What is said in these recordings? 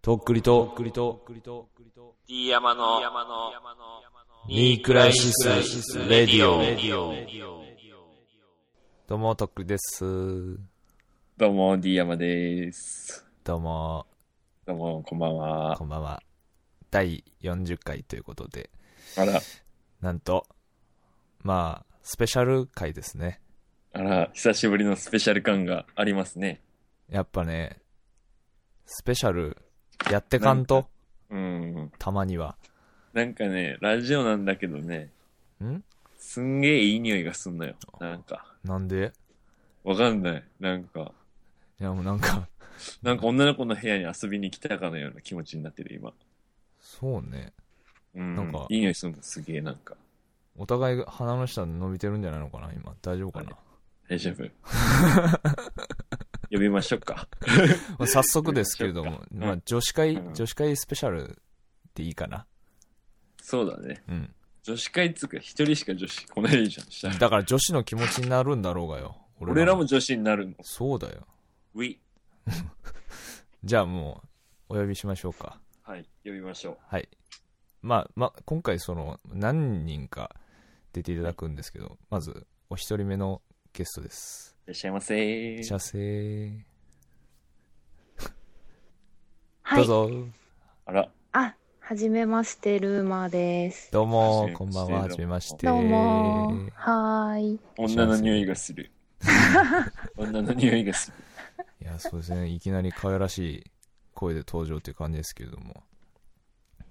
とっくりと、 D 山の、ニークライシス、レディオ。どうも、とっくりです。どうも、D 山です。どうも、どうも、こんばんは。こんばんは。第40回ということで、あら、なんと、まあ、スペシャル回ですね。あら、久しぶりのスペシャル感がありますね。やっぱね、スペシャル、やってかんと、うん。たまには。なんかね、ラジオなんだけどね、んすんげえいい匂いがすんのよ。なんか、なんでわかんない。なんか、いや、もうなんか、なんか女の子の部屋に遊びに来たかのような気持ちになってる、今。そうね。うん。なんかいい匂いするの、すげえ、なんか。お互い鼻の下伸びてるんじゃないのかな今。大丈夫かな、大丈夫。 呼びましょうか。まあ、早速ですけれども、 うんまあ、女子会、うん女子会スペシャルでいいかな。そうだね。うん。女子会っつうか、一人しか女子来ないじゃん、したら。だから女子の気持ちになるんだろうがよ。俺らも。女子になるの。そうだよ。ウィ。じゃあもう、お呼びしましょうか。はい、呼びましょはい。まあ、まあ、今回その、何人か出ていただくんですけど、まず、お一人目のゲストです。う。いらっしゃいませー。じゃあせー。はどうい。ぞ。あら、あ、はじめまして、ルーマーです。どうも、はじめましてこんばんは、はじめまして。どうも。はーい。女の匂いがする。女の匂いがする。いや、そうですね。いきなり可愛らしい声で登場という感じですけれども。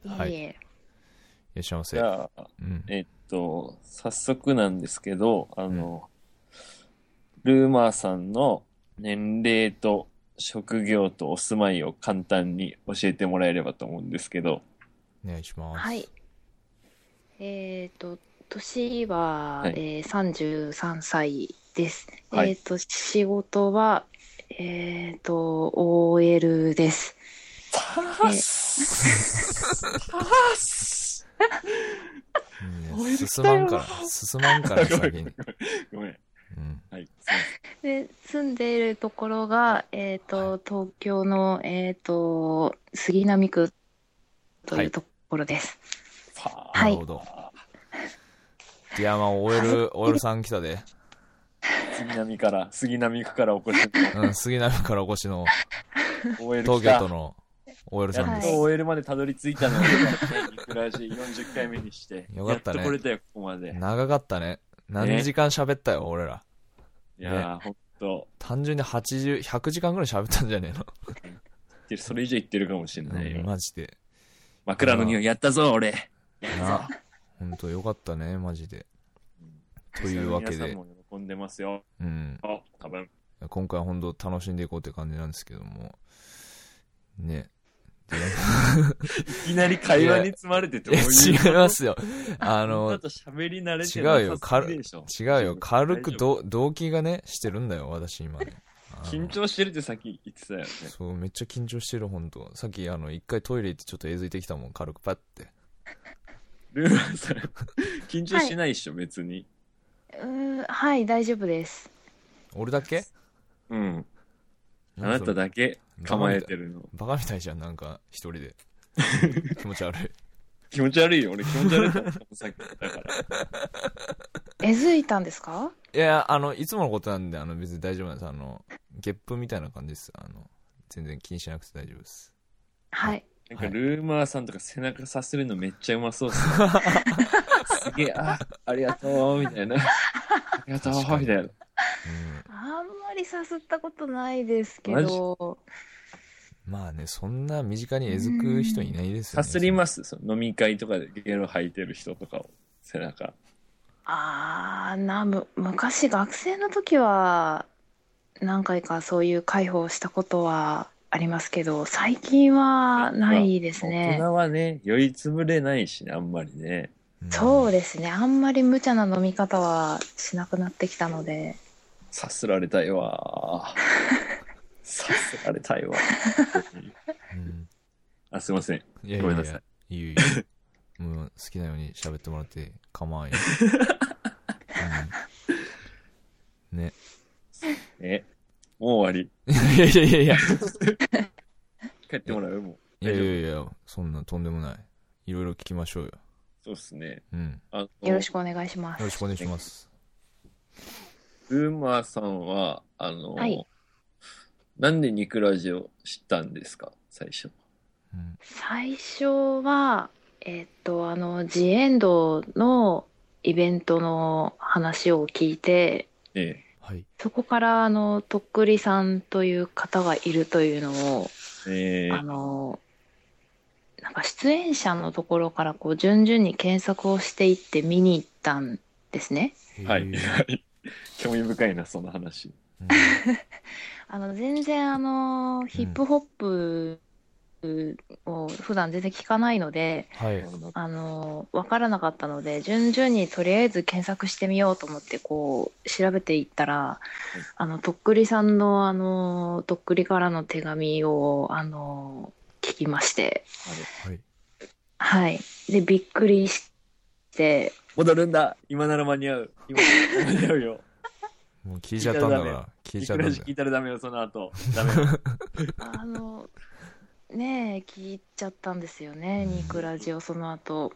はいいえいえ。いらっしゃいませ。じゃあ、うん。えっと、早速なんですけど、あの、ルーマーさんの年齢と職業とお住まいを簡単に教えてもらえればと思うんですけど、お願いします。はい。えっ、と、年は、はいえー、33歳です。はいえっ、と、仕事は、えっ、と、OL です。パースパースうんおめでとう進まんから、進まん から先に。ごめん。うん。はい。すいませんで、住んでいるところが、えっ、と、は東京の、えっ、と、杉並区とはいいうところです。パはないるほど。ディアマン OL、OL さん来たで。ー杉並から、杉並区からお越しうん、杉並からお越し の OL 東京都の OL やさんっでとす。はい OL までたどり着い たので、ニクラジ40回目にして、よかったねやっとこれだよ、ここまで。長かったね。何時間喋ったよ、俺ら。いやー、ほんと、単純に80、100時間ぐらい喋ったんじゃねそれ以上言ってるかもしれえの。ないうんよ。マジで。枕の匂いやったぞ、俺。な。ほんとよかったね、マジで。というわけ皆さんで、も喜んでますよ。うん。多分。今回本当楽しんでいこうって感じなんですけども。ね。ディアマンいきなり会話に積まれてどういやいう。違いますよ。あだ の、と喋り慣れて違うよさすぎでしょ違うよ。軽くど動機がね、してるんだよ、私 今ね。あの緊張してるってさっき言っ てたよね。そう、めっちゃ緊張してる、本当さっき、あの、一回トイレ行ってちょっとえずいてきたもん、軽くパッて。ルーマンさん、緊張しないでしょ、別に。うーんはい、大丈夫です。 俺だけうん。 あなただけ構えてるの。バカみたいじゃん、なんか、一人 で。気持ち悪い。気持ち悪いよ、俺気持ち悪いと 思ったさっきだから。えずいたんですかいや、あの、いつものことなんで、あの、別に大丈夫なんです。あの、ゲップみたいな感じです。あの、全然気にしなくて大丈夫です。はい。なはんかいルーマーさんとか背中させるのめっちゃうまそうっす ね。すげえ、あ、ありがとう、みたいな。ありがとう、み確かにたいな。あんまりさすったことないですけマジど、うん。まあね、そんな身近にえずく人いないですよさね。すりますその飲み会とかでゲロ吐いてる人とかを、背中。あーなむ、昔学生の時は何回かそういう介抱をしたことはありますけど、最近はないです大ね。人はね、酔いつぶれないしね、あんまりね。うんそうですね。あんまり無茶な飲み方はしなくなってきたので、さすられたいわ。さすられた いわ。うんあ、すいません。いやごめんなさい。いいよいいよもう好きなように喋ってもらって構 わんよ。うんね。え、もう終わり。いやいやいやいや、帰ってもらうもいやいやいや、そんなとんでもない。いろいろ聞きましょうよ。そうですね。うん。あのよろしくお願いしまよろしす。くお願いします。ルーマーさんは、あの、はいなんで肉ラジオ知ったんですか最初。うん。最初は、えっと、あの、ジエンドのイベントの話を聞いて、ええ。はい。そこから、あの、とっくりさんという方がいるというのを、ええあの、なんか出演者のところから、こう、順々に検索をしていって見に行ったんですね。はういん。はい 興味深いな、その話。あの全然あのヒップホップを普段全然聞かないので、はい。あの分からなかったので順々にとりあえず検索してみようと思ってこう調べていったら、あのとっくりさんのあのとっくりからの手紙をあの聞きまして、はい。はい、でびっくりして戻るんだ今なら間に合う今なら間に合うよもう聞いちゃったんだから、聞い肉ちゃったラんジだ聞いたらダメよ、その後。ダメよ。 あのねえ聞いちゃったんですよね、ニクラジオその後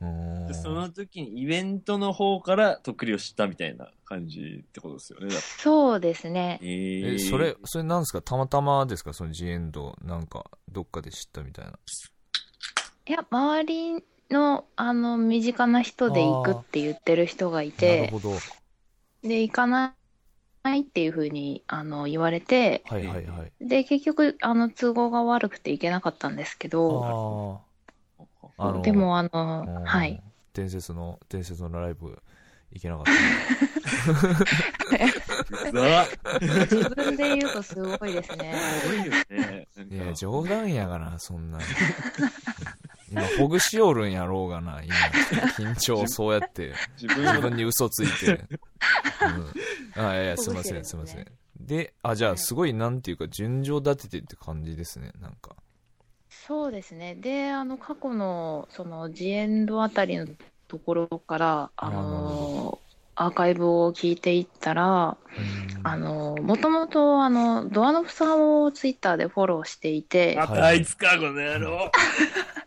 よ。でその時にイベントの方からとっくりを知ったみたいな感じってことですよね。だってそうですねええ、ーそれ、それなんですかたまたまですかそのジエンド、なんか、どっかで知ったみたいな。いや、周りの、あの、身近な人で行くって言ってる人がいなるて、ほど。はで、行かないっていうふうに、あの、言われて、いはいはい。で、結局、あの、都合が悪くて行けなかったんですけど、ああ。あので、も、あうんの、はい。。伝説の、伝説のライブ、行けなかった。 うわ自分で言うとすごいですね。すごいよね。なんかいや、冗談やがな、そんな。今、ほぐしおるんやろうがな、今。緊張をそうやって、自分自の分に嘘ついて。うん、あ、いやいや、すいません、すいません。で、あ、じゃあ、すごい、なんていうか、順序立ててって感じですね、なんか。そうですね。で、あの、過去の、その、ジエンドあたりのところから、あなるの、アーカイブを聞いていったら、うんあの、もともと、あの、ドアノフさんをツイッターでフォローしていて、またあいつか、この野郎。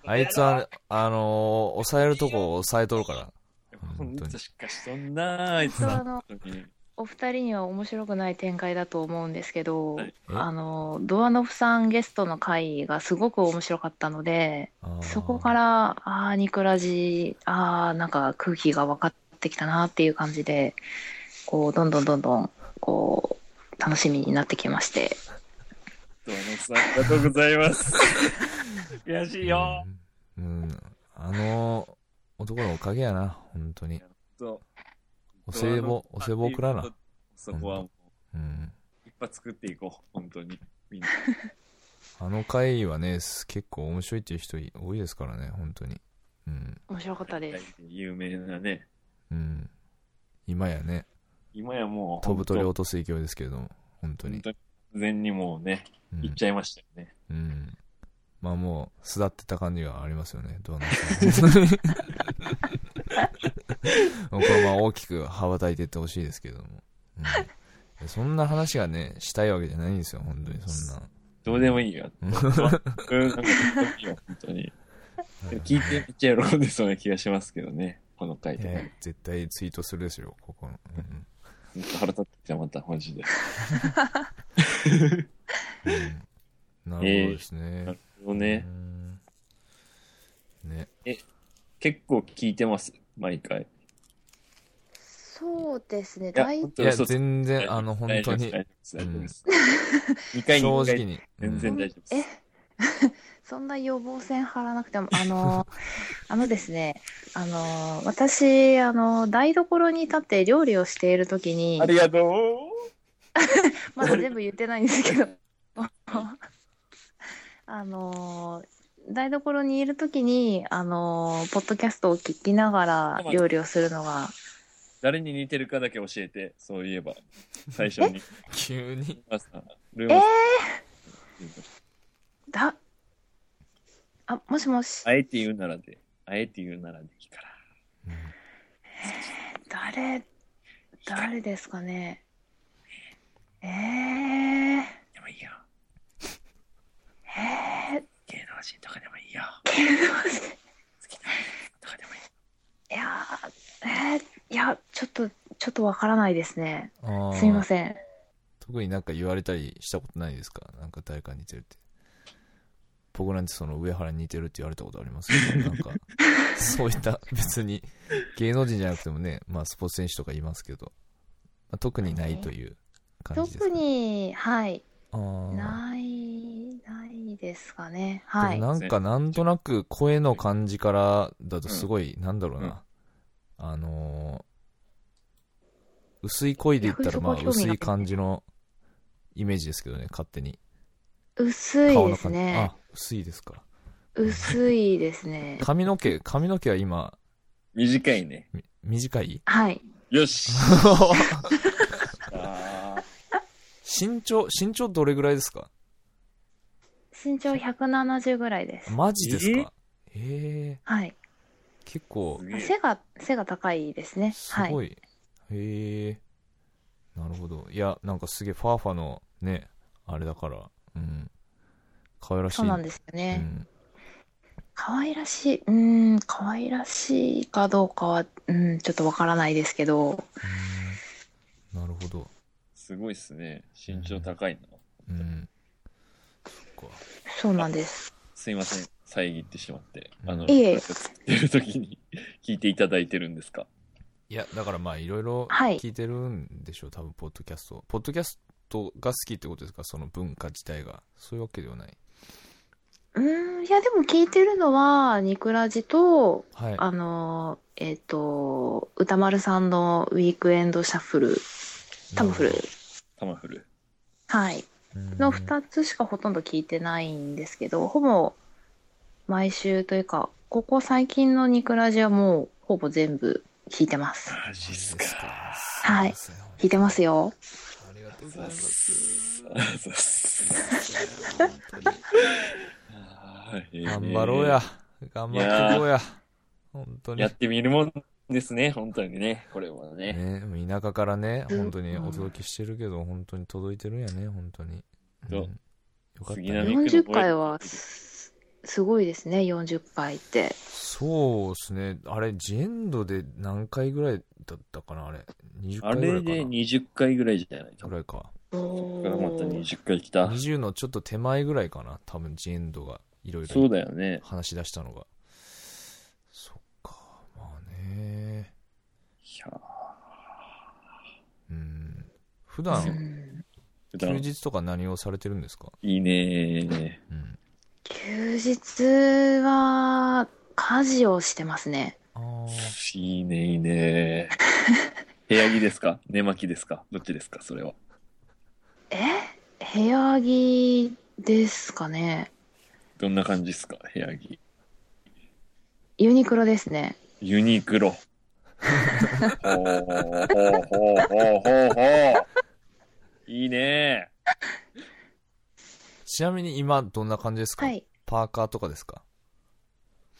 あいつは、あのー、抑えるとこ抑えとるから。本本当に当しかしそんな、あいつあは。の、本当にお二人には面白くない展開だと思うんですけど、はいえあの、ドアノフさんゲストの回がすごく面白かったので、あーそこか。ら、あー、ニクラジ、あー、なんか空気が分かってきたなっていう感じで、こう、どんどんどんどん、こう、楽しみになってきまして、どうもさんありがとうございます。 悔しいよ。うん。うん。あのー、男のおかげやな、本当に。そうお歳暮、お歳暮送らな。。そこはもうん。う、いっぱい作っていこう。本当に。みんな。あの回はね、す結構面白いっていう人多いですからね、本当に。うん。面白かったです。有名なね。うん。今やね、今やもう、飛ぶ鳥本落とす勢いですけれども、本当当に。本当に完全にもうね、うん行っちゃいましたよね。うん。まあもう、巣立ってた感じがありますよね、ドアノブさん。本 当にもうこのまま大きく羽ばたいていってほしいですけども。うんいや、そんな話がね、したいわけじゃないんですよ、本当に、そんな。どうでもいいよ。うんうん、なんかどうでもいいよ、本当に。聞いてめっちゃ喜んでそうな気がしますけどね。この回とか。ね絶対ツイートするですよ、ここの。うんずっと腹立ってきた、また、マジで。うんなるほどですなねる。ほどねう。ん。ね。結構聞いてます、毎回。そうですね、いやだい本い当や、嘘つ全然、あの、本当に、大丈夫です、大丈夫です。2回に正直1回、に。全う然ん大丈夫え です。そんな予防線張らなくても、あの、 あのですね、あの、私、あの、台所に立って料理をしているときにあ、りがとうまだ全部言ってないんですけど、 あの、台所にいるときに、あの、ポッドキャストを聞きながら料理をするのが、誰に似てるかだけ教えて、そういえば。最初に。急に。ルーマさん。ルーえマーさん、だ、あ、もしもし、あえて言うならで、あえて言うならでいいから。うん誰、誰ですかね。えー、でもいいよ。えー、けど。マ人とかでもいいよ。好きな人とかでもいい。いやーえーいやちょっとちょっとわからないですねあすいまんせん特になんか言われたりしたことないですかなんか誰かに似てるって僕なんてその上原に似てるって言われたことありますけどなん かそういった別に芸能人じゃなくてもね、まあ、スポーツ選手とかいますけど、まあ、特にないという感じですか特にはいあーないないですかねではいもなんかなんとなく声の感じからだとすごい、なんだろうな、あのー薄い声で言ったらまあいやそこは興味薄ないい感じのイメージですけどね勝手に薄い顔でのす感じ、ねあ薄いですか薄いですね髪の毛髪の毛は今短いね。み短いはい よしあー身長身長どれぐらいですか身長170ぐらいですマジですかええはい結構すげえ背が背が高いですねすはいごい、へえなるほどいやなんかすげえファーファのねあれだからうん可愛らしいそうなんですよね、うん可愛らしい、うーん、可愛らしいかどうかは、うん、ちょっとわからないですけど、うんなるほどすごいっすね。身長高いな。うんそっかそうなんです。すいません。遮ってしまって。あの、いえいえ作ってる時に 聞いていただいてるんですかいやだからまあいろいろはい聞いてるんでしょう、多分ポッドキャストポッドキャストが好きってことですかその文化自体がそういうわけではないうーん、いや、でも聞いてるのは、ニクラジと、はいあの、えっ、と、歌丸さんのウィークエンドシャッフル、タムフル、タマフル。はい、うんの2つしかほとんど聞いてないんですけど、ほぼ毎週というか、ここ最近のニクラジはもう、ほぼ全部聞いてます。マジっすか。はいすませ聞いてますんよ。ありがとうございざっますすあざっす本 当にはい頑張ろうや。頑張っていこうや。本当に。やってみるもんですね、本当にね。これはね。ね、もう田舎からね、うん本当にお届けしてるけど、本当に届いてるんやね、本当に。うんそうよかった杉並ね。ミクロ40回はすすごいですね40回ってそうですね。あれ、ジエンドで何回ぐらいだったかな、あれ。20あ回ぐられいかでな。 20回ぐらいじゃないかぐ。らいか。そっからまた20回来た。 20のちょっと手前ぐらいかな、多分ジエンドがいろいそうろだよね。話し出したのが。そっか、まあね。いやーうん。普う段、ん普休段日とか何をされてるんですかいいねうん。休日は家事をしてますねああ、ー。いいねいいね部屋着ですか寝巻きですかどっちですかそれは。え部屋着ですかねどんな感じですか部屋着。ユニクロですねユニクロ。ほうほうほうほうほうほう。いいねちなみに今どんな感じですか、はいパーカーとかですか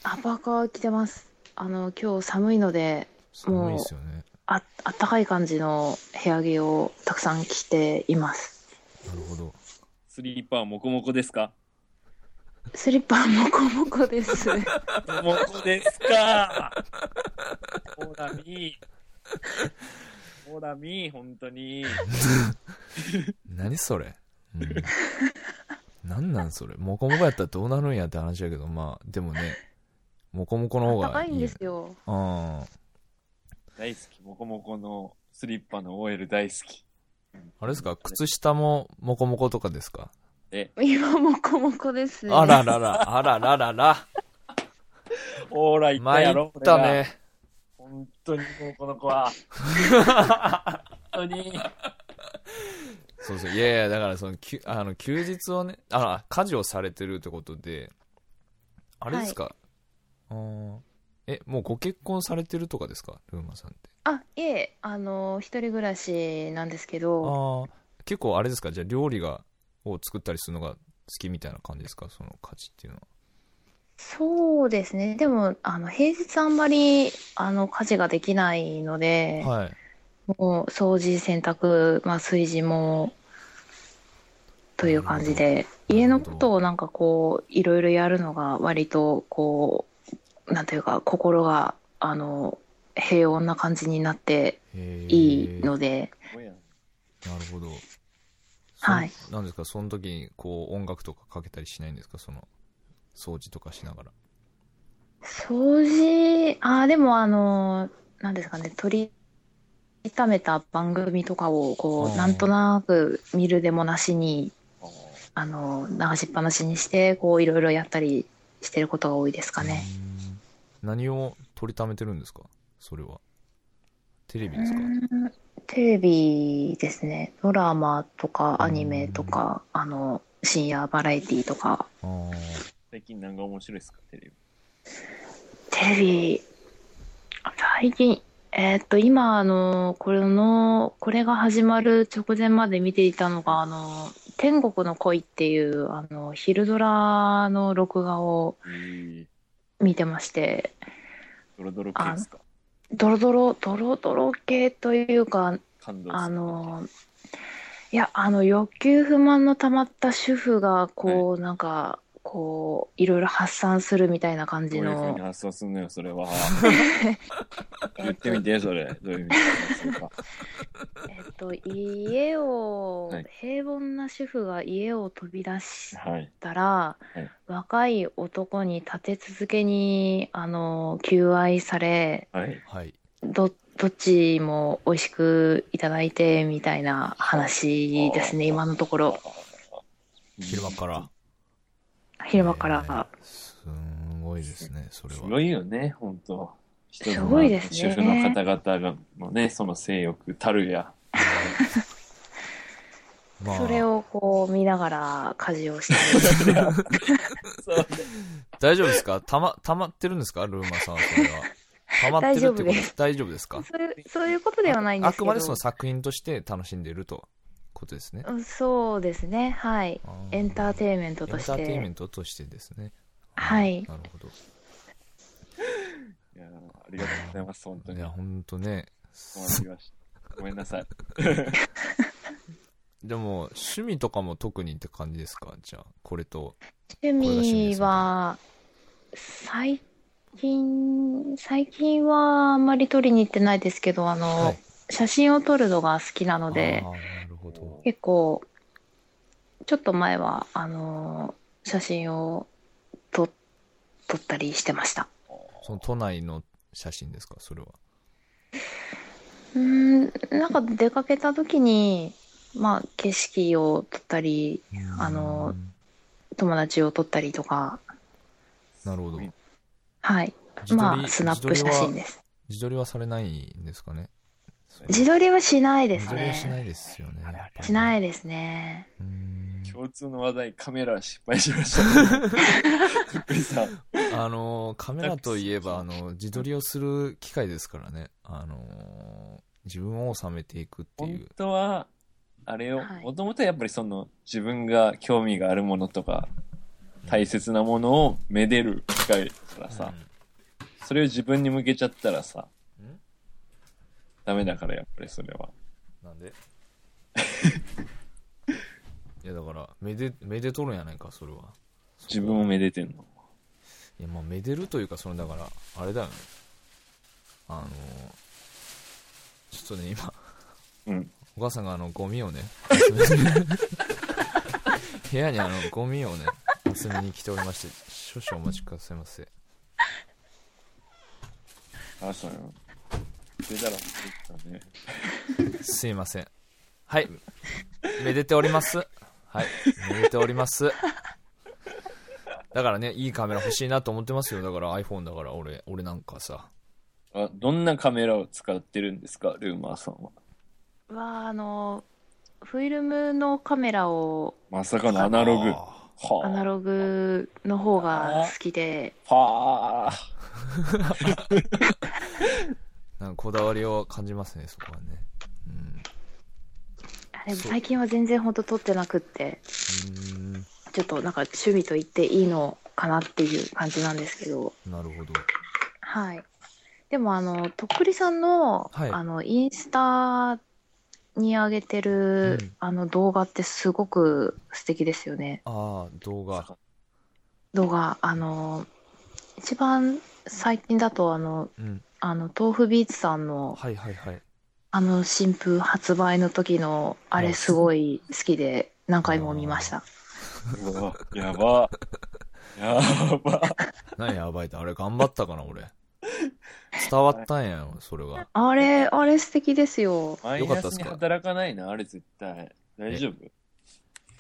アパーカー着てますあの今日寒いので寒いですよね。ああったかい感じの部屋着をたくさん着ていますなるほど。スリーパーもこもこですかスリッパもこもこです もここですかほらみー。ほらみー、本当に。何それ、 うん、何なんそれモコモコやったらどうなるんやって話やけど、まあ、でもね、モコモコの方あったがかいいい。んですよあー大好き、もこもこのスリッパの OL 大好き。あれですか靴下もモコモコとかですかえ、今もこもこですねあららら、あらららら。ほ ら、言った参やっろ、たね。俺が。本当にもうこの 子は。本当に。そうそう。いやいや、だからその、きゅあの休日をね、あ、家事をされてるってことで、あれですか、あーえ、もうご結婚されてるとかですかルーマさんって。あ、いえ、あの、一人暮らしなんですけあど、ー結構あれですかじゃあ料理が、を作ったりするのが好きみたいな感じですかその家事っていうのは。そうですね。でも、あの、平日あんまり、あの、家事ができないので、はい。もう、掃除、洗濯、まあ、炊事も、という感じでなるほど家のことをなんかこういろいろやるのが割とこうなんというか心があの平穏な感じになってへーいいので、おやんなるほど。はいそん。なんですか、その時にこう音楽とかかけたりしないんですか、その掃除とかしながら。掃除あーでもあのなんですかね取り炒めた番組とかをこあーうなんとなく見るでもなしにあーあの流しっぱなしにしてこういろいろやったりしてることが多いですかね。うーん。何を取りためてるんですか、それは。テレビですか。うんテレビですねドラマとかアニメとかあの深夜バラエティとかあー最近何が面白いですか、テレビ。テレビ最近えーっと今あのこれのこれが始まる直前まで見ていたのがあの「天国の恋」っていうあの昼ドラの録画をえー、見てましてドロドロ系ですかドロドロドロドロ系というか感動あのいやあの欲求不満のたまった主婦がこう、なんかこういろいろ発散するみたいな感どじういうふうのに発想すんのよ、それ は。言ってみて、それ。どういうふうに発想するか。えっと家を、はい平凡な主婦が家を飛び出しはい。たら、はい若い男に立て続けにあの求愛されはい。はい。どどっちも美味しくいただいてみたいな話ですね今のところ昼間から。昼間から。えー。すんごいですね、それすは。ごいよね、本当一つすのごいですね主婦の方々のね、その性欲たるや。まあそれをこう見ながら家事をしたりそう大丈夫ですかたま、たまってるんですかルーマさんは、それ は。たまってるってことです。大丈夫ですかそういうそういうことではないんですあけくどまでその作品として楽しんでるとことですね。うんそうですねはいエンターテインメントとしてエンターテインメントとしてですね。はいなるほど。いやーありがとうございます、本当いに。や、ほんとね。困りました。ごめんなさい。でも、趣味とかも特にって感じですかじゃあ、これと。趣味は最近最近はあんまり撮りに行ってないですけどあの、はい写真を撮るのが好きなのであーなるほど。結構ちょっと前はあの写真を撮撮ったりしてましたその都内の写真ですかそれは。うーんなんか出かけた時にまあ景色を撮ったりあの友達を撮ったりとか、なるほど。はい。自撮りまあ、スナップ写自撮真りはです。自撮りはされないんですかね自撮りはしないです自撮りはしなね。いですよね。やっぱりねしないですね。うーん共通の話題、カメラ失敗しま した。とっくりさん。あのカメラといえばあの自撮りをする機会ですからね、あの自分を収めていくってい本う当は、あれをは、いもともとやっぱりその、自分が興味があるものとか、大切なものをめでる機会だからさ、それを自分に向けちゃったらさ、うんんダメだからやっぱりそれは。なん でいやだから目で目で撮るんやないかそれは自分をめでてんの。いやまあめでるというかそのだからあれだよねあのちょっとね今うん。お母さんがあのゴミをね 部屋にあのゴミをね集めに来ておりまして少々お待ちくださいませあ、そうよ。出たら、そうだね。すいません。はい。めでております。はい。めでております。だからね、いいカメラ欲しいなと思ってますよ。だから iPhone だから俺、俺なんかさ。あ、どんなカメラを使ってるんですか、ルーマーさんは。は、あの、フィルムのカメラを、まさかのアナログ。はあアナロログの方が好きで、グ。はあ。ーなんかこだわりを感じますね、そこはね。うん。あれそう最近は全然本当撮ってなくって、うちょっとなんか趣味と言っていいのかなっていう感じなんですけど、ーんなるほど。はい。でもあの、とっくりさんの、はいあの、インスタに上げてる、うんあの動画ってすごく素敵ですよね。ああ、動画。動画、あの、一番最近だと、あの、うん。あの、豆腐ビーツさんの、はいはいはい。あの、新風発売の時の、あはいれすごい好きで、何回も見ました。うわやば。やば。何やばいって、あれ頑張ったかな、 俺。伝わったんやろ、それが。あれ、あれ素敵ですよ。マイかっナたっスすにか働かないな、あれ絶対。大丈夫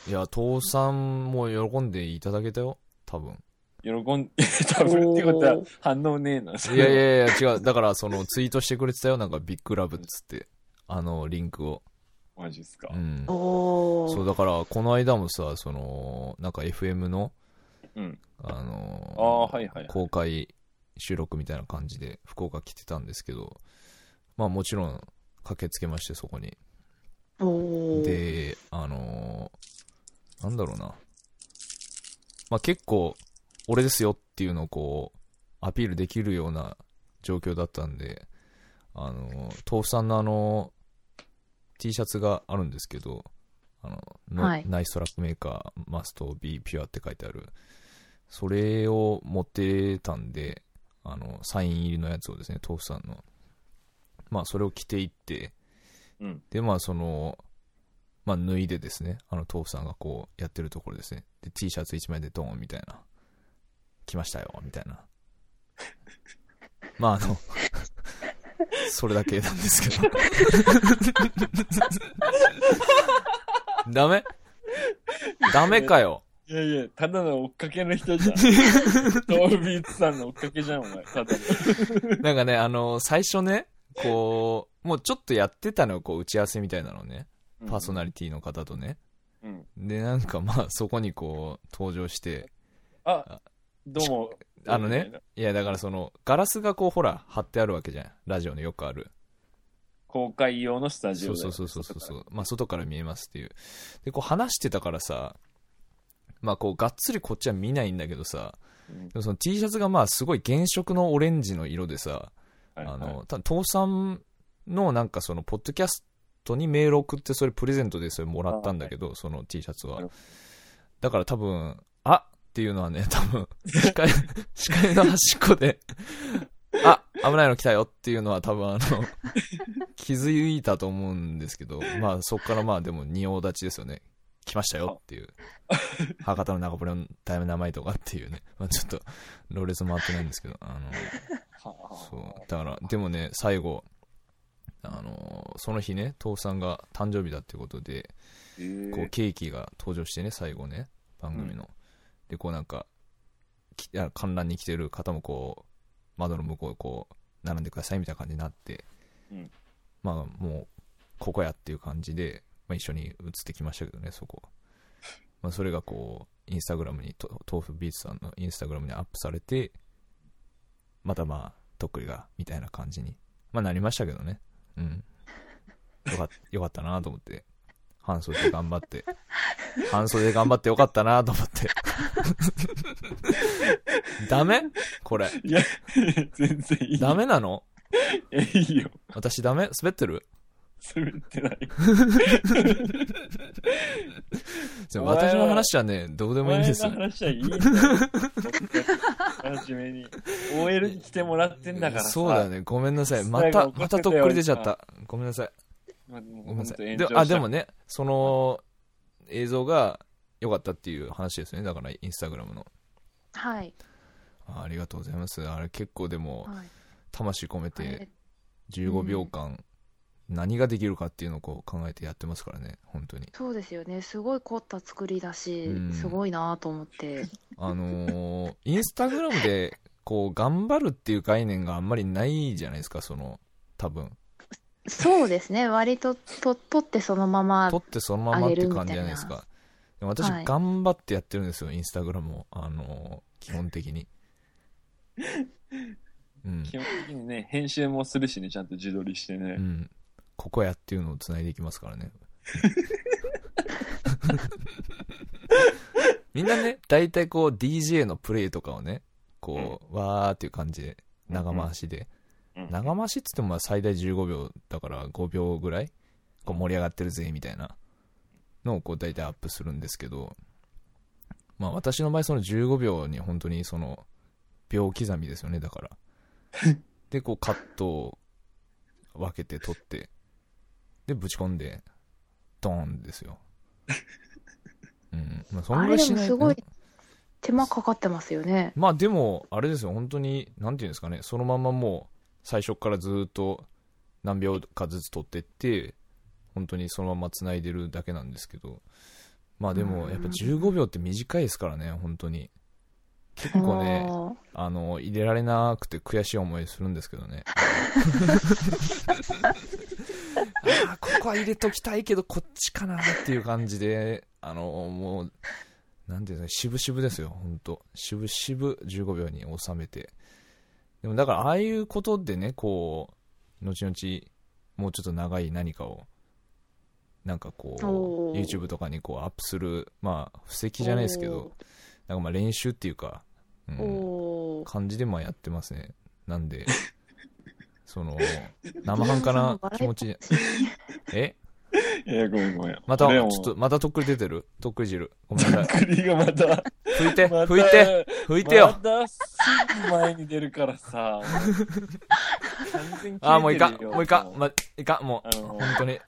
いや、父さんも喜んでいただけたよ、多分。喜ん、 多分ってことはおー反応ねえな。いやいやいや、違う。だから、その、ツイートしてくれてたよ、なんか、ビッグラブっつって。あの、リンクを。マジっすかう。ん。おそう、ー。だから、この間もさ、その、なんか FM の、うんあのああ、はいはいはい。公開収録みたいな感じで福岡来てたんですけど、まあもちろん駆けつけましてそこに。おー。で、あのーなんだろうな。まあ結構、俺ですよっていうのをこう、アピールできるような状況だったんで、あのー豆腐さんのあの T シャツがあるんですけど、あの、のはいナイストラックメーカー、マスト、ビー、ピュアって書いてある。それを持ってたんで、あの、サイン入りのやつをですね、豆腐さんの。まあ、それを着ていって、うんで、まあ、その、まあ、脱いでですね、あの、豆腐さんがこう、やってるところですね。で、T シャツ1枚でドーンみたいな。来ましたよ、みたいな。まあ、あの、それだけなんですけど。ダメダメかよ。いやいや、ただの追っかけの 人じゃん。ドービーツさんの追っかけじゃん、お前。ただの。なんかね、あの、最初ね、こう、もうちょっとやってたのよ、こう、打ち合わせみたいなのをね。 パーソナリティの方とね。うん。で、なんかまあ、そこにこう、登場して、あ、どうも。あのね。いや、だからその、ガラスがこう、ほら、貼ってあるわけじゃん。ラジオのよくある。公開用のスタジそオうだそようそうそうそうそう。まあ、外から見えますっていう。で、こう、話してたからさ、まあ、こう、がっつりこっちは見ないんだけどさ、うんでもその T シャツがまあ、すごい原色のオレンジの色でさ、はいはいあの、た父さんのなんかその、ポッドキャストにメール送って、それプレゼントでそれもらったんだけど、その T シャツなはる。だから多分、あっていうの はね、多分、視界、視界の端っこで、あ、危ないの来たよっていうのは多分あ の、気づいたと思うんですけど、まあそこからまあでも仁王立ちですよね。来ましたよっていう。博多の中堀の大名前とかっていうね。まあちょっと、ロレス回ってないんですけど、あの、はあはあそう。だから、でもね、最後、あのーその日ね、父さんが誕生日だってことで、へえこう、ケーキが登場してね、最後ね、番組の。で、こうなんか、きあ観覧に来てる方もこう、窓の向こう、こう、並んでくださいみたいな感じになって、うんまあ、もう、ここやっていう感じで、まあ、一緒に移ってきましたけどね、そこ。まあ、それがこう、インスタグラムに、と豆腐ビーツさんのインスタグラムにアップされて、またまあ、とっくりが、みたいな感じに、まあ、なりましたけどね。うん。よかっ よかったなと思って。半袖で頑張って。半袖で頑張ってよかったなと思って。 ダメこれ。いや、全然いい。ダメなのえ、いいよ。私ダメ滑ってる滑ってない。じゃあ私の話はね、どうでおもいいん前ですのよ。話はい いんだよ。真面目に。OL に来てもらってんだからさ。そうだよ。ね。ごめんなさい。ま最後た、怒ってたまよたとっくり出ちゃった。ごめんなさい。まあ、ごごめんなさい。であ、でもね、その映像が良かったっていう話ですね。だから、インスタグラムの。はい。あありがとうございます。あれ結構でも、はい魂込めあれて15秒間、何ができるかっていうのをこう考えてやってますからね。本 当に。そうですよね。すごい凝った作りだしうん、すごいなと思って。あのーインスタグラムで、こう、頑張るっていう概念があんまりないじゃないですか、その、多分。そうですね。割とと取ってそのまま撮。ってそのままって感じじゃないですあか。でも私は、い頑張ってやってるんですよ、インスタグラムを。あのー基本的に。 うん。基本的にね、編集もするしね、ちゃんと自撮りしてうね。ん。ここやっていうのを繋いでいきますから ね。みんなね、大体こう DJ のプレイとかをね、こう、わーっていう感じで、長回しで。うん長回しっつってもまあ最大15秒だから5秒ぐらいこう盛り上がってるぜみたいなのをこう大体アップするんですけど、まあ、私の場合その15秒に本当にその秒刻みですよねだから でこうカットを分けて取ってでぶち込んでドーンです よ、うんまあ、そんぐらいしないあれでもすごい手間かかってますよね。まあでも、あれですよ、本当に、なんていうんですかね、そのままもう、最初からずっと何秒かずつ取ってって、本当にそのまま繋いでるだけなんですけど、まあでうも、んやっぱ15秒って短いですからね、本当に。結構ね、あの、入れられなくて悔しい思いするんですけど ね。あーここは入れときたいけど、こっちかなっていう感じで、あの、もう、なんていうんですか、渋々ですよ、本当渋々15秒に収めて。でもだから、ああいうことでね、こう、後々、もうちょっと長い何かを、なんかこおう、ー YouTube とかにこうアップする、まあ、布石じゃないですけど、なんかまあ練習っていうか、うおー。ん、おー感じでまあやってますねなんでその生半可 な気持ちえいや、ごめんごめん。またち俺ょもっとまたとっくり出てるとっくり汁ごめんなさい栗がまた、 拭いてまた拭いて、拭いてまよたすぐ前に出るから さ。完全に切れてるよああもういかんもういかん、ま、いかんもあうの本当に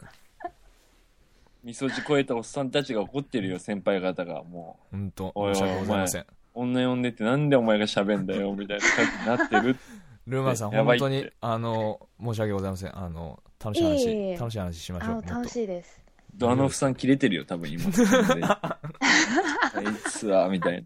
みそじ超えたおっさんたちが怒ってるよ、先輩方が。も本当おいおい申し訳ございませんう、女呼んでってなんでお前が喋んだよ、みたいな感じになってる。ルーマンさんやばい本って当にあの申し訳ございませんあの楽しいいえ話いえ楽しい話しまし あょうものっと 楽しいです。ドアノフさん切れてるよ、多分今。あいつは、みたい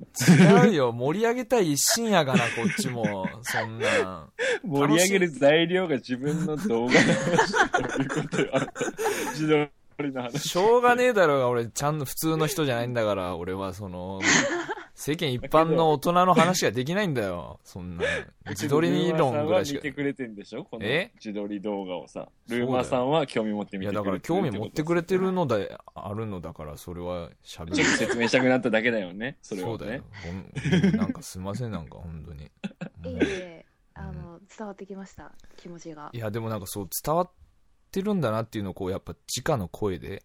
な。違うよ盛り上げたい一心やがなこっちもそんなん盛り上げる材料が自分の動画の話ということよ。あなた 自撮りの話。しょうがねえだろうが俺ちゃんと普通の人じゃないんだから俺はその世間一般の大人の話ができないんだよそんな自撮り理論ぐらいしルかーマさんは見ていくれてんでしょこのえ自撮り動画をさ。うだよルーマーさんは興味持って見てやくれだてかるら興味持ってくれれてるのであるのだからそれ はしゃべちるょっと説明したくなっただけだよね。それはそうね。だよごめんなんかすいませんなんか本当にいもえいうえ、あの、伝わってきました。気持ちがい。やでもなんかそう伝わってるんだなっていうのをこうやっぱ直の声で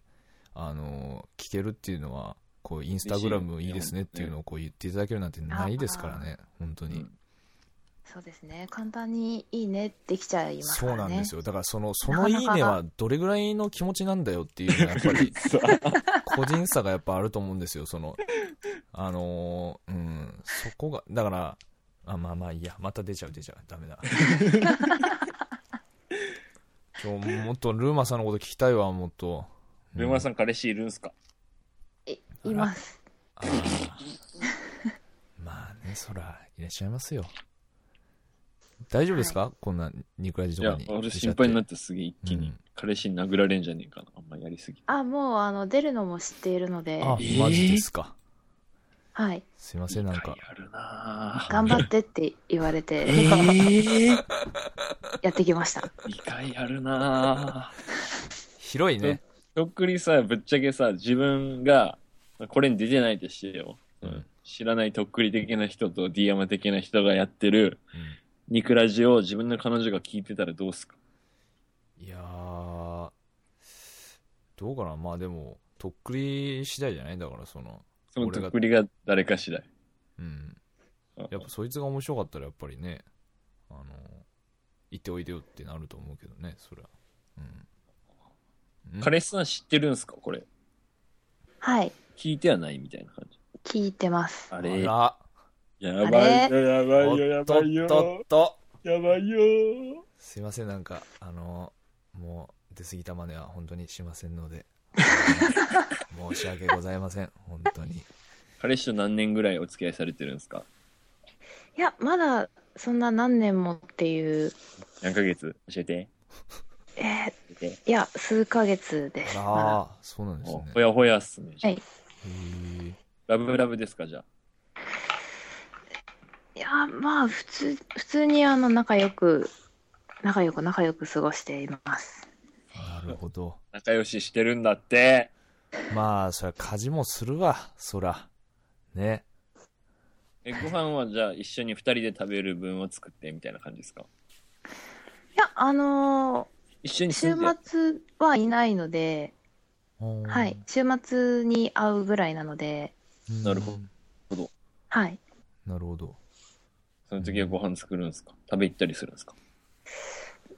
あの聞けるっていうのはこうインスタグラムいいですねっていうのをこう言っていただけるなんてないですからね本当に。そうですね。簡単にいいねできちゃいますそかうらね。なんですよ。よだからそのそなのかいなかいねはどれぐらいの気持ちなんだよっていうのはやっぱ りさ個人差がやっぱあると思うんですよそのあのーうんそこがだからあまあまあいいやまた出ちゃう出ちゃうダメ だちょもっとルーマさんのこと聞きたいわもっとルーマーさんん彼氏いるんすかいます。あーまあねそらいらっしゃいますよ大丈夫ですか、こんな肉味いとかやに、俺出ちゃ心っ配になてってすげえ一気に、うん彼氏に殴られんじゃねえかな。あんまやりすぎ。あ、もう、あの、出るのも知っているので、あえーマジですか、はい。すいませんなんいかい回あるなぁ頑張ってって言われ えて、ぇ、やってきました。 2回あるなぁ。広いねとっくりさ、ぶっちゃけさ、自分が、これに出てないとしてよ。うん知らないとっくり的な人と D 山的な人がやってる、ニクラジを自分の彼女が聞いてたらどうすかいやーどうかなまあでもとっくり次第じゃないだからそのその俺とがっくりが誰か次第。うんやっぱそいつが面白かったらやっぱりねあの行っておいでよってなると思うけどねそりゃうんん彼氏さん知ってるんすかこれ。はい。聞いてはないみたいな感じ。聞いてます。ああれらやばいよ、やばおいよ、やっとばっいとよっ。とやばいよ。すいませんなんかあのもう出過ぎたまでは本当にしませんの で申し訳ございません本当に彼氏と何年ぐらいお付き合いされてるんですかいや、まだ、そんな何年もっていう、何ヶ月教えて。えー教えて。いや、数ヶ月です。まああそうなんですもうねほやほやっすね。はいへえラブラブですかじゃあ。だいや、まあ、普通、普通に、あの、仲良く、仲良く、仲良く過ごしています。なるほど。仲良ししてるんだって。まあ、そりゃ家事もするわ、そら。ね。え、ご飯はじゃあ一緒に二人で食べる分を作ってみたいな感じですかいや、あのー一緒に住週んで末はいないので、はい、週末に会うぐらいなので、うんなるほどはい、なるほどその時はご飯作るんですか食べ行ったりするんですか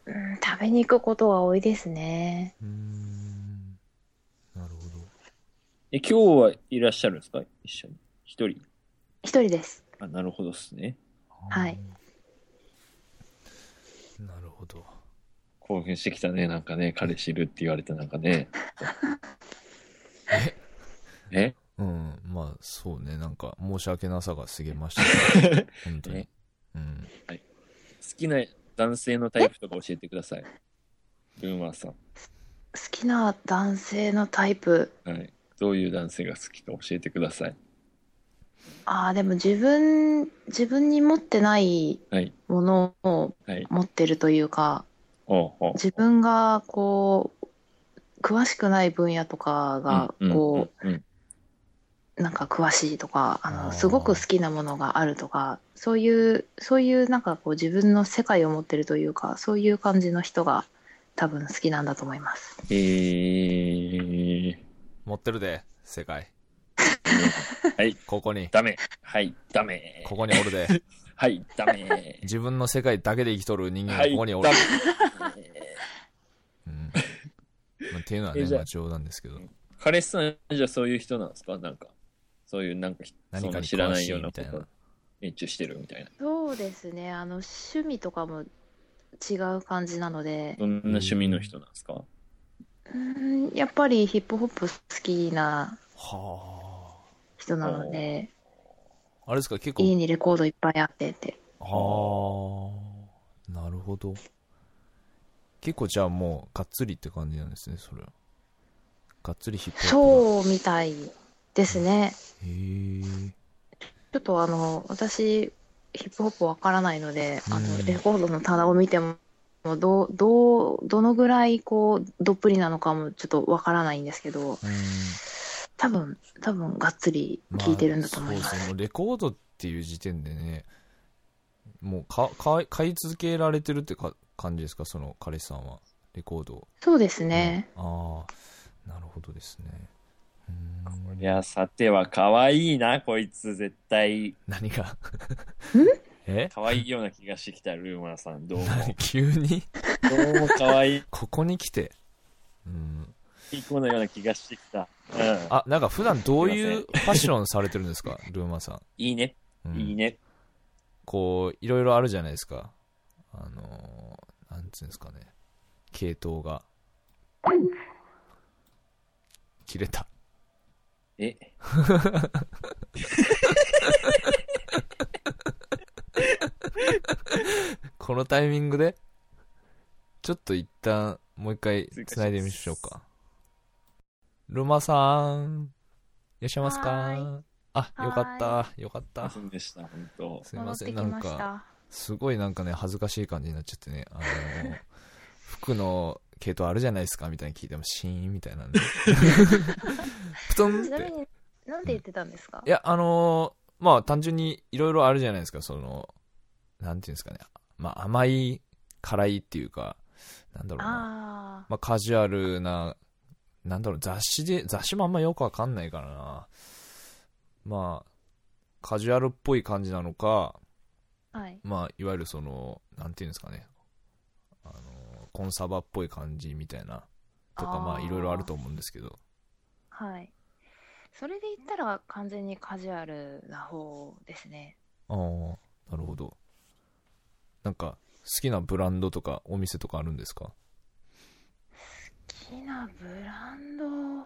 うん、食べに行くことは多いですね。うーんなるほどえ、今日はいらっしゃるんですか一緒に。一人。一人です。あ、なるほどっすね。はいなるほど興奮してきたね、なんかね、彼知るって言われてなんかね。 えうんまあそうねなんか申し訳なさが過ぎま した本当にねうん好きな男性のタイプとか教えてください。ルーマーさん。好きな男性のタイプ、はい。どういう男性が好きか教えてください。ああ、でも自分、自分に持ってないはい。ものをはい。持ってるというか、おうおう。自分がこう、詳しくない分野とかが、うんこうんうんうんう、なんか詳しいとか、ああーの、すごく好きなものがあるとか、そういう、そういうなんかこう自分の世界を持ってるというか、そういう感じの人が多分好きなんだと思います。えー。持ってるで世界はい。ここにダメ。はい。ダメ。ここにおるで はい。ダメ。自分の世界だけで生きとる人間はがい。ここにおる、ダメ。うんまあ、っていうのはねえじゃあまあ冗談ですけど彼氏さん、じゃあそういう人なんですかなんか、そういうなんか、何そかのに知ら詳ないしよういなみこたいなと熱中してるみたいな。そうですね、あの、趣味とかも違う感じなので、どんな趣味の人なんですかうん、やっぱりヒップホップ好きなは人なので、ああれですか結構家にレコードいっぱいあってって。ああなるほど結構じゃあもうがっつりって感じなんですねそれはがっつりヒップホッそうみたいですね。プへえちょっとあの、私、ヒップホップわからないので、あうんの、レコードの棚を見ても、もうどう、どう、どのぐらい、こう、どっぷりなのかもちょっとわからないんですけうど、ん多分、多分、がっつり聞いてるんだと思いま。あ、そうですすねもうレコードっていう時点でねもうかか買い続けられてるってか感じですかその彼氏さんはレコードをそうですね。ああなるほどですねうーんいや、さては、可愛いな、こいつ、絶対。何が え可愛いような気がしてきた、ルーマーさん。 どうも。何急にどうも可愛いここに来てうん子のような気がしてきた。うん。あなんか普段どういうファッションされてるん ですかルーマさいいね。ん、うんいいね。こういろいろあるじゃないですかあのーなんつうんですかね系統が切れた えこのタイミングでちょっと一旦もう一回つないでみましょうかルーマさんいらっしゃいますかあよかったよかったそうでした、本当。すい戻まっせてんきなんましかた。すごいなんかね、恥ずかしい感じになっちゃってね、あ のー服の系統あるじゃないですかみたいに聞いても、シーンみたい なね。プトンっちなみて。に、なんて言ってたんですかいや、あのーまあ単純にいろいろあるじゃないですか、その、なんていうんですかね、まあ甘い、辛いっていうか、なんだろうな。あまあ、カジュアルな、なんだろう、雑誌で、雑誌もあんまよくわかんないからな。まあ、カジュアルっぽい感じなのか、あ、はい。まあ、いわゆるその、なんていうんですかね、あの、コンサバっぽい感じみたいな、とか、あーまあ、いろいろあると思うんですけど、はい。それで言ったら完全にカジュアルな方ですね。ああ、なるほど。なんか、好きなブランドとか、お店とかあるんですか好きなブランド、ブ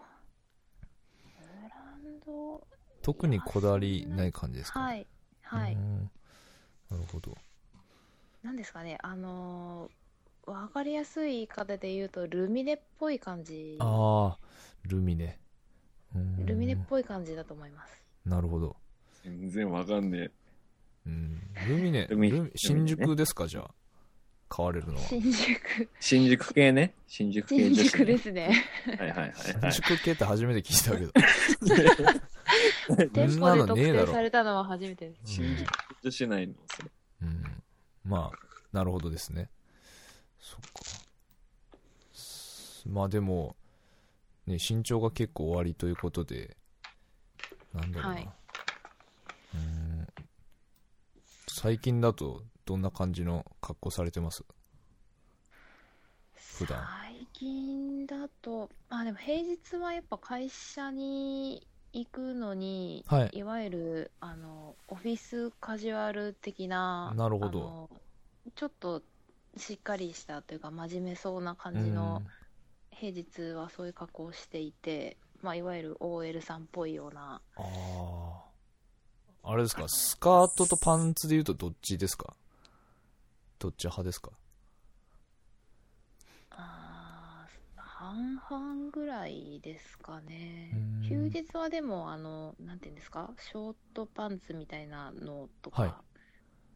ランド、特にこだわりない感じですか、はね、い、はういー。んなるほど。なんですかね、あのー、わかりやすい言い方で言うと、ルミネっぽい感じ、ああ、ルミネ。うーんルミネっぽい感じだと思います。なるほど。全然わかんねうん、ルミネ、ルミルミルミネね新宿ですか、じゃあ。買われるのは。新宿 え。、新宿系ね。新宿系新女子、ね。宿ですね。はい はいはい、は新い。宿系って初めて聞いたけ ど。店 そん舗なでの特ねえだ定ろされたのは初めてです。新宿女子内の、それ。うん、まあなるほどですねそっかまあでも、ね、身長が結構終わりということで、なんだろうな。はいうーん最近だと、どんな感じの格好されてます普段最近だと、まあでも平日はやっぱ会社に行くのに、はい。いわゆるあのオフィスカジュアル的な、なるほどあのちょっとしっかりしたというか、真面目そうな感じの、平日はそういう加工をしていて、まあ、いわゆる OL さんっぽいような、うんああ。あれですか、スカートとパンツで言うとどっちですかどっち派ですかあー半々ぐらいですかねうん。休日はでも、あの、なんていうんですか、ショートパンツみたいなのとは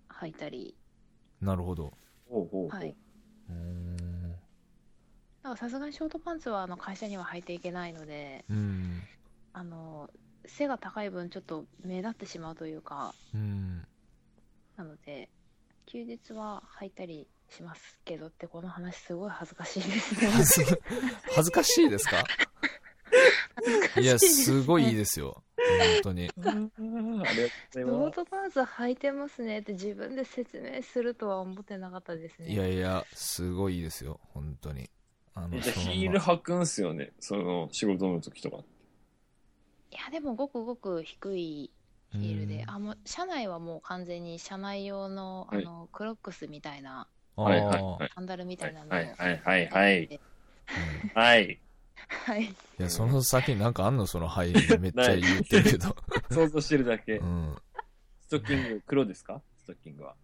か履いたり、なるほど。ほうほうほうはい。うーん。なんかさすがにショートパンツはあの会社には履いていけないので、うん。あの、背が高い分ちょっと目立ってしまうというか、うん。なので、休日は履いたりしますけどって、この話すごい恥ずかしいです ね。恥ず恥ずかしいですかいや、すごいいいですよ。本当に。ありがとうロごーざいトパンツ履いてますねって自分で説明するとは思ってなかったですね。いやいや、すごいいいですよ。本当に。あまの、す。じゃあそヒのまールま履くんすよね。その仕事の時とか。いやでもごくごく低いヒールで、うんあもう車内はもう完全に車内用のあはいのクロックスみたいなあーはいはいはい。サンダルみたいなのをはいはいはいはいでうんいはい。はい。や、その先になんかあんのその入りめっちゃ言って るけど。想像してるだけう。ん。ストッキング、黒ですかストッキングは。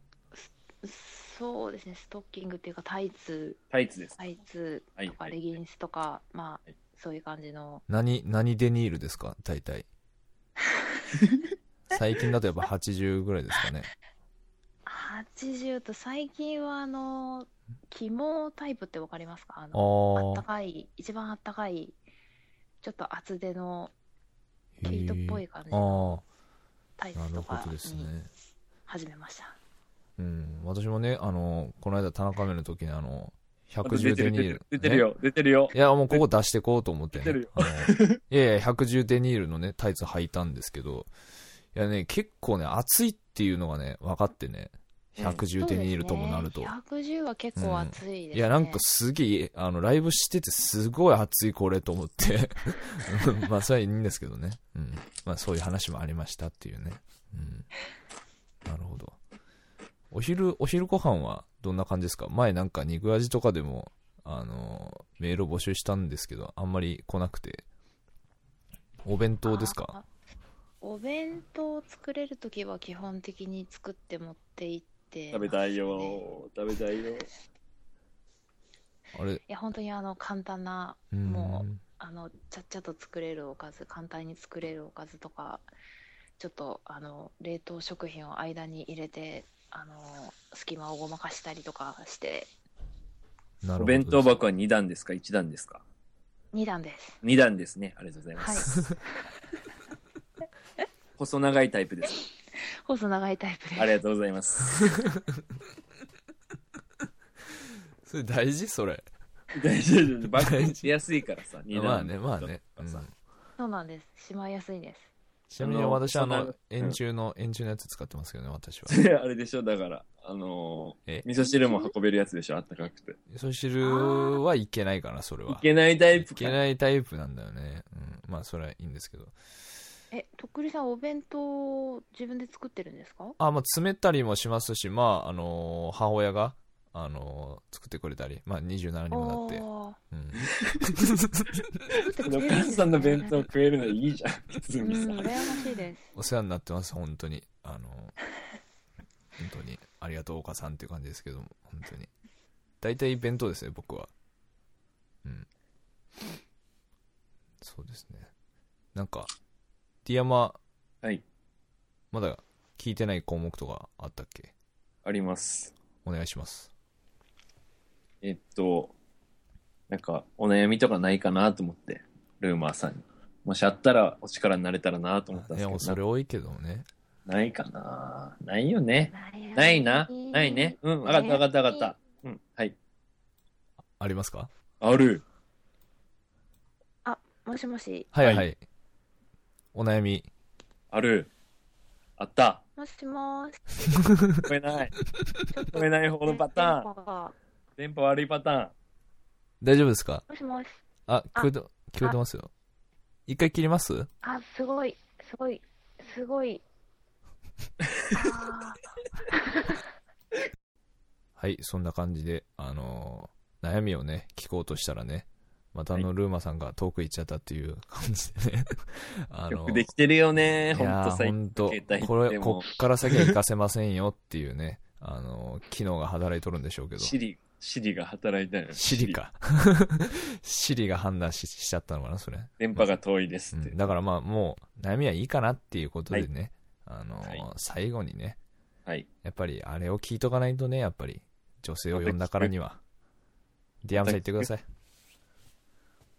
そうですね、ストッキングっていうかタイツ、タイツです。タイツとはかいレギンスとか、まはあいそういう感じの。何、何デニールですか大体。 最近だとやっぱ80ぐらいですかね。 80と最近はあの、肝タイプってわかりますかああのあったー。かい、一番あったかい、ちょっと厚手のへ毛ー糸っぽい感じのあタイあ、なツるとほかどですね。に始めました。うん、私もね、あの、この間田中目の時にあの、あ出110デてるニ出ーてルる。出てるよ、出てるよね。いや、もうここ出してこうと思って、ね。出てるよあのいやいや、110デニールのね、タイツ履いたんですけど、いやね、結構ね、暑いっていうのがね、分かってね、110デニールともなると。そうですね110は結構暑いですね。いや、なんかすげえ、あの、ライブしててすごい暑いこれと思って。 うんまあ、それはいいんですけどね。うん。まあ、そういう話もありましたっていうね。うん。なるほど。お昼、お昼ご飯はどんな感じですか前なんか肉味とかでも、あの、メールを募集したんですけど、あんまり来なくて。お弁当ですかあお弁当を作れるときは基本的に作って持って行って、食べたいますねよ。食べたいよ。あれ、いや、本当にあの、簡単な、うん。もあの、ちゃっちゃと作れるおかず、簡単に作れるおかずとか、ちょっと、あの、冷凍食品を間に入れて、あの、隙間をごまかしたりとかして、なるほどお弁当箱は2段ですか ?1 段ですか2段です。 ?2 段ですね。ありがとうございまは いす。。細長いタイプです。細長いタイプです。ありがとうござい ます。それ大事それ。大丈夫。バッグしやすいからさ、2段。まあね、まあね。うとかさんそうなんです。しまいやすいんです。ちなみに私、ああののそ、んな円柱の、円柱のやつ使ってますけどね、私 は。であれでしょだから、あのーえ味噌汁も運べるやつでしょあったかくて。味噌汁はいけないから、それは。いけないタイプいけ か。ないタイプなんだよね。うん。まあ、それはいいんですけど。え、とっくりさん、お弁当を自分で作ってるんですかあ、まあ、詰めたりもしますし、まあ、あのー母親が、あのー作ってくれたり、まあ、27にもなって。おーうん。作ってくおれるで母すねさんの弁当食えるのいいじゃん。普通うん、にさ。羨ましいです。お世話になってます、本当に。あのー本当に。ありがとう、お母さんっていう感じですけども、本当に。大体弁当ですね、僕は。うん。そうですね。なんか、ディアマ、はい。まだ聞いてない項目とかあったっけあります。お願いします。えっと、なんか、お悩みとかないかなと思って、ルーマーさんに。もしあったら、お力になれたらなと思ったいんでや、もすけうそどれ、多いけどもね。なないかなないよね。ないな。ないね。うん、わかったわかったわかった。うん、はい。ありますかある。もしもし、はいはい。はお悩み。ある。あった。もしもし。聞こえない。ちょっと聞こえない方のパターン電波が電波悪いパターン。大丈夫ですかもしもし。あ、聞こえて、聞こえてますよ。一回切りますあ、すごい、すごい、すご い。あはい、そんな感じで、あのー悩みをね、聞こうとしたらね、またあの、はルーマさんが遠く行っちゃったっていう感じでね。 あよくできてるよね。いほんやとー最ほ近んと携帯これ、でもこっから先は行かせませんよっていうね、あのー機能が働いとるんでしょうけど。シリ、シリが働いたよ。シリ。 か。シリが判断ししちゃったのかな、それ。電波が遠いですうってん、。だからまあ、もう、悩みはいいかなっていうことでね、あのーはい最後にね、はい。やっぱりあれを聞いとかないとね、やっぱり、女性を呼んだからには、ディアムさん言ってください。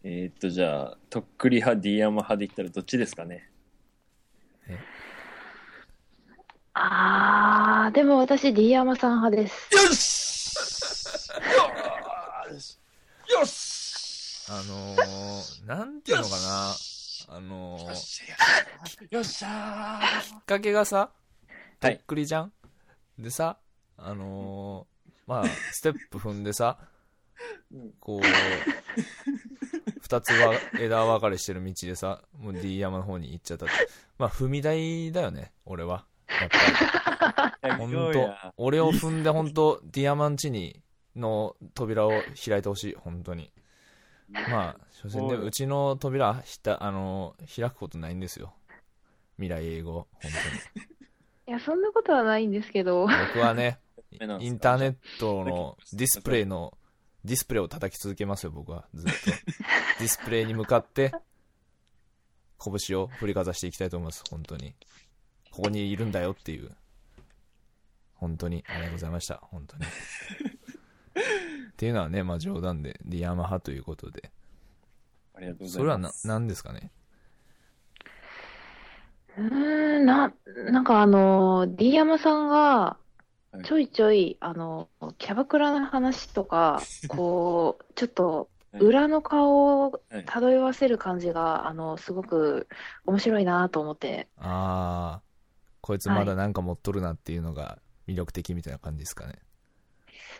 えーっと、じゃあ、とっくり派、ディアマ派で言ったらどっちですかね。ーあー、でも私、D 山さん派です。よしよしよしあのー、なんていうのかな、あのよっー、しゃよっしゃきっかけがさ、とはいっくりじゃん、でさ、あのー、まあ、ステップ踏んでさうん、こう、二つは枝分かれしてる道でさ、もう D 山の方に行っちゃったって。まあ、踏み台だよね、俺は。やっぱり。ーほん行こうとや。俺を踏んで本当 D 山んちに、の扉を開いてほしい、本当に。まあ、所詮でおいうちの扉ひた、あの、開くことないんですよ。未来英語、本いや、そんなことはないんですけど当、に。僕は ね、イなんですかンターネット のディスプレイの、ディスプレイを叩き続けますよ、僕は。ずっと。 ディスプレイに向かって、拳を振りかざしていきたいと思います、本当に。ここにいるんだよっていう。本当に、ありがとうございました、本 当に。っていうのはね、まあ冗談で、ディアマ派ということで。ありがとうございます。それはな、何ですかねうーん、な、なんかあの、D 山さんが、ちょいちょい、あの、キャバクラの話とか、 こう、ちょっと、裏の顔をはい漂わせる感じが、あの、すごく面白いなと思って、ああ、こいつまだなんか持っとるなっていうのが魅力的みたいな感じですかね。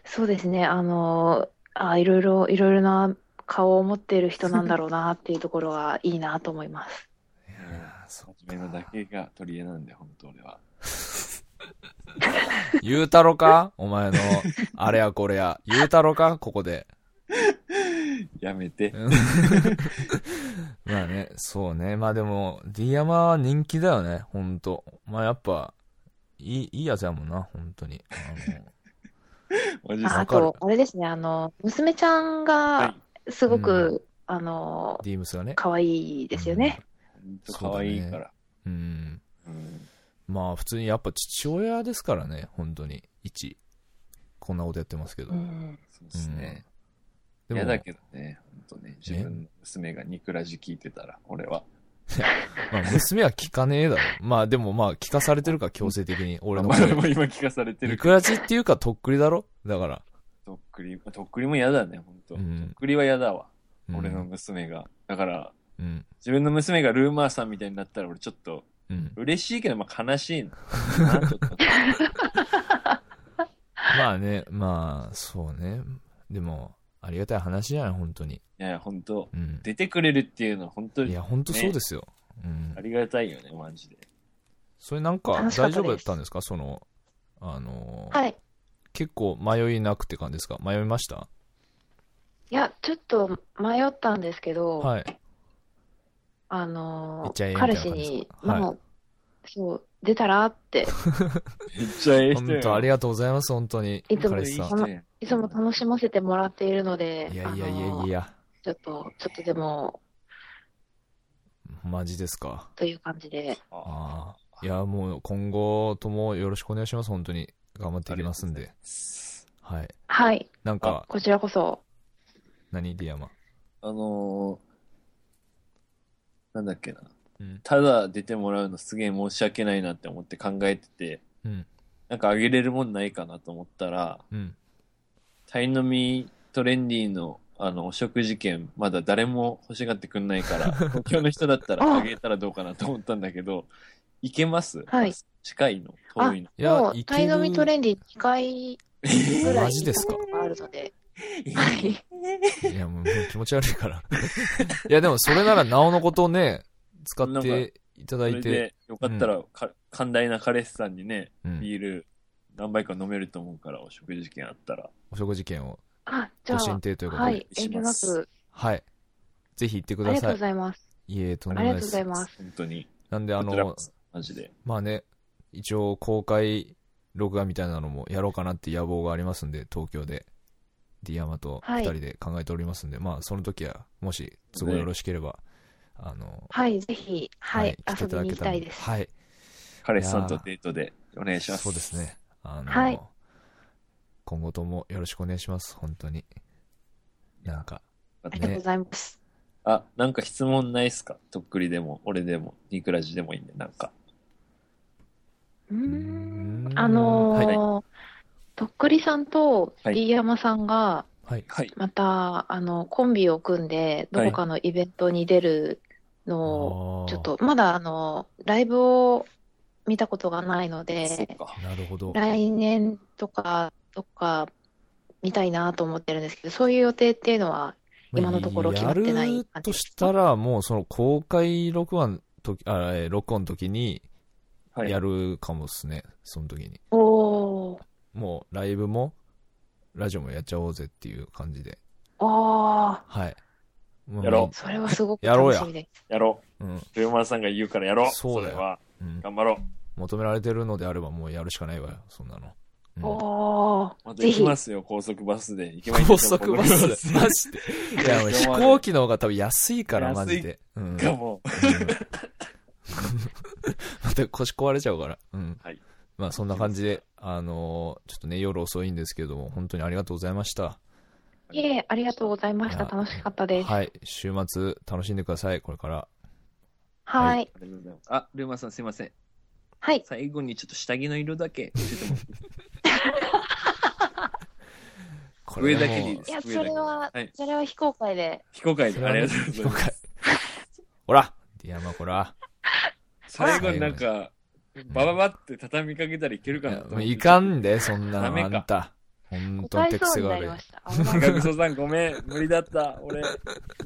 そうですね、あの、あ、いろいろ、いろいろな顔を持っている人なんだろうなっていうところがいいなと思います。いややーそっ初めのだけが取り柄なんで、本当俺は。ゆうたろかお前の、あれやこれや。ゆうたろかここで。やめて。うんまあね、そうね。まあでも、D 山は人気だよね、ほんと。まあやっぱ、いい、いいやつやもんな、ほんとに。あのマジあ、さ わあかると、あれですね、あの、娘ちゃんはがいすごうく、あの、ディームスがね。可愛いですよね。ほんと可愛いから。うん。うん。うんまあ普通にやっぱ父親ですからね、本当に。一。こんなことやってますけど。うん。そうですね。で嫌も、だけどね、本当ね、自分の娘がニクラジ聞いてたら、俺は。まあ、娘は聞かねえだろ。まあでもまあ聞かされてるから強制的に、俺のまあ俺声。も今聞かされているくらちっていうかとっくりだろだから。とっくり、とっくりも嫌だね、本当。うとっんくりは嫌だわ、うん俺の。娘が。だから、うん。自分の娘がルーマーさんみたいになったら、俺ちょっと、うん。嬉しいけど、まあ悲しい な。なんかちょっとまあね、まあ、そうね。でも、ありがたい話じゃない、本当に。いや、本当うん。出てくれるっていうのは本当いにや、本当そうですよ。うんあ。りがたいよね、マジで。それなんか楽大しかったです丈夫だったんですかその、あのーはい。結構迷いなくって感じですか迷いましたいや、ちょっと迷ったんですけど、はい。あの言っちゃえみたい彼な氏感じですに、かはいまあ、そう、出たらって、めっちゃええ人本当ありがとうございます、本当に。いつも彼い氏いさん人。やいつも楽しませてもらっているので、いやいやいあやのいや、ちょっと、ちょっとでも、マジですか。という感じで、ああ。いや、もう今後ともよろしくお願いします、本当に。頑張っていきますんありでが。はい。はい、なんか、こちらこそ、何ディアマ。あのー、なんだっけな。うん。ただ出てもらうのすげえ申し訳ないなって思って考えてて、うん。なんかあげれるもんないかなと思ったら、うん。タイノミトレンディのあの、お食事券、まだ誰も欲しがってくんな いから、東京の人だったらああげたらどうかなと思ったんだけど、行けますはい近いの遠いのいやも、いうけタるイノミトレンディ2回ぐらマいジ行でっすたかことがあるので、はい。いや、もうもう気持ち悪いから。 いや、でもそれならなおのことをね、使っていただそいれて、で、よかったら、か寛大な彼氏さんにね、うん、ビール何杯か飲めると思うから、お食事券あったら。お食事券をあ、じゃご進あ、呈ということで、ははいい、遠慮なく、ぜひ行ってくあだりがとさうごい。ざいます。いえ、とんあでりもながいとでうございす。ます。本当に。なんで、あこちらのこ、そマジで。まあね、一応公開録画みたいなのもやろうかなって野望がありますんで、東京で、ディアマとは二い人で考えておりますんで、まあその時は、もし都合よろしければ、あの、はい、ぜひ、はい、来てた遊びだにけ行きたらたいです。はい。彼氏さんとデートでお願いします。そうです。ね。あの、はい今後ともよろしくお願いします、本当に。なんか、ありがとうございます。あ、なんか質問ないっすかとっくりでも、俺でも、ニクラジでもいいんで、なんか。うーんうーんあのーはとっくりさんとはい D 山さんが、はい。はい。また、あの、コンビを組んで、どこかのイベントに出るのを、あーちょっ。と、まだ、あの、ライブを見たことがないのそっで、か。なるほど。来年とか、どっか、見たいなと思ってるんですけど、そういう予定っていうのは、今のところ決まってないやるとしたら、もうその公開録音の時、あ、えー録音の時にはい。やるかもっすね、その時に。おー、もうライブも、ラジオもやっちゃおうぜっていう感じで。おー、はい。もうやろそれはすごくやろう楽やしみです。やろう。う。ん。ルーマンさんが言うからやろう。そうだよれは、うん。頑張ろう。求められてるのであればもうやるしかないわよ、そんなの。うんおー、またぜ行きひ。ますよ、高速バスで。行けばいいん高でしょ速バス高速バマジスで。いや、もう飛行機の方が多分安いから、マジで。うん。かも。また腰壊れちゃうから。うん。はいまあそんな感じで、あのーちょっとね、夜遅いんですけれども、本当にありがとうございました。いえ、ありがとうございました。いや楽しかったです。はい。週末、楽しんでください、これから。はあいい。りがとうございますあ、ルーマンさんすいません。はい。最後にちょっと下着の色だけ教えてもらって。これ上だけでいいでいすや、それははい、それは非公開で。非公開そで、れはあねりがとうございます。ほらディアマコラ。最後になんか、バババって畳みかけたらいけるいかなやもと思っうて。いかんで、そんなダの、あメかんた。本当答に手えそう癖にがなり悪いま。した。メガクソさんごめん。無理だった。俺。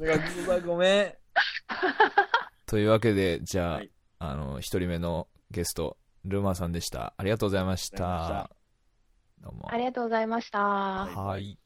メガクソさんごめん。というわけで、じゃあ、はいあの、一人目のゲスト、ルーマーさんでした。ありがとうございましありがとうございた。どうもあ。りがとうございました。はい。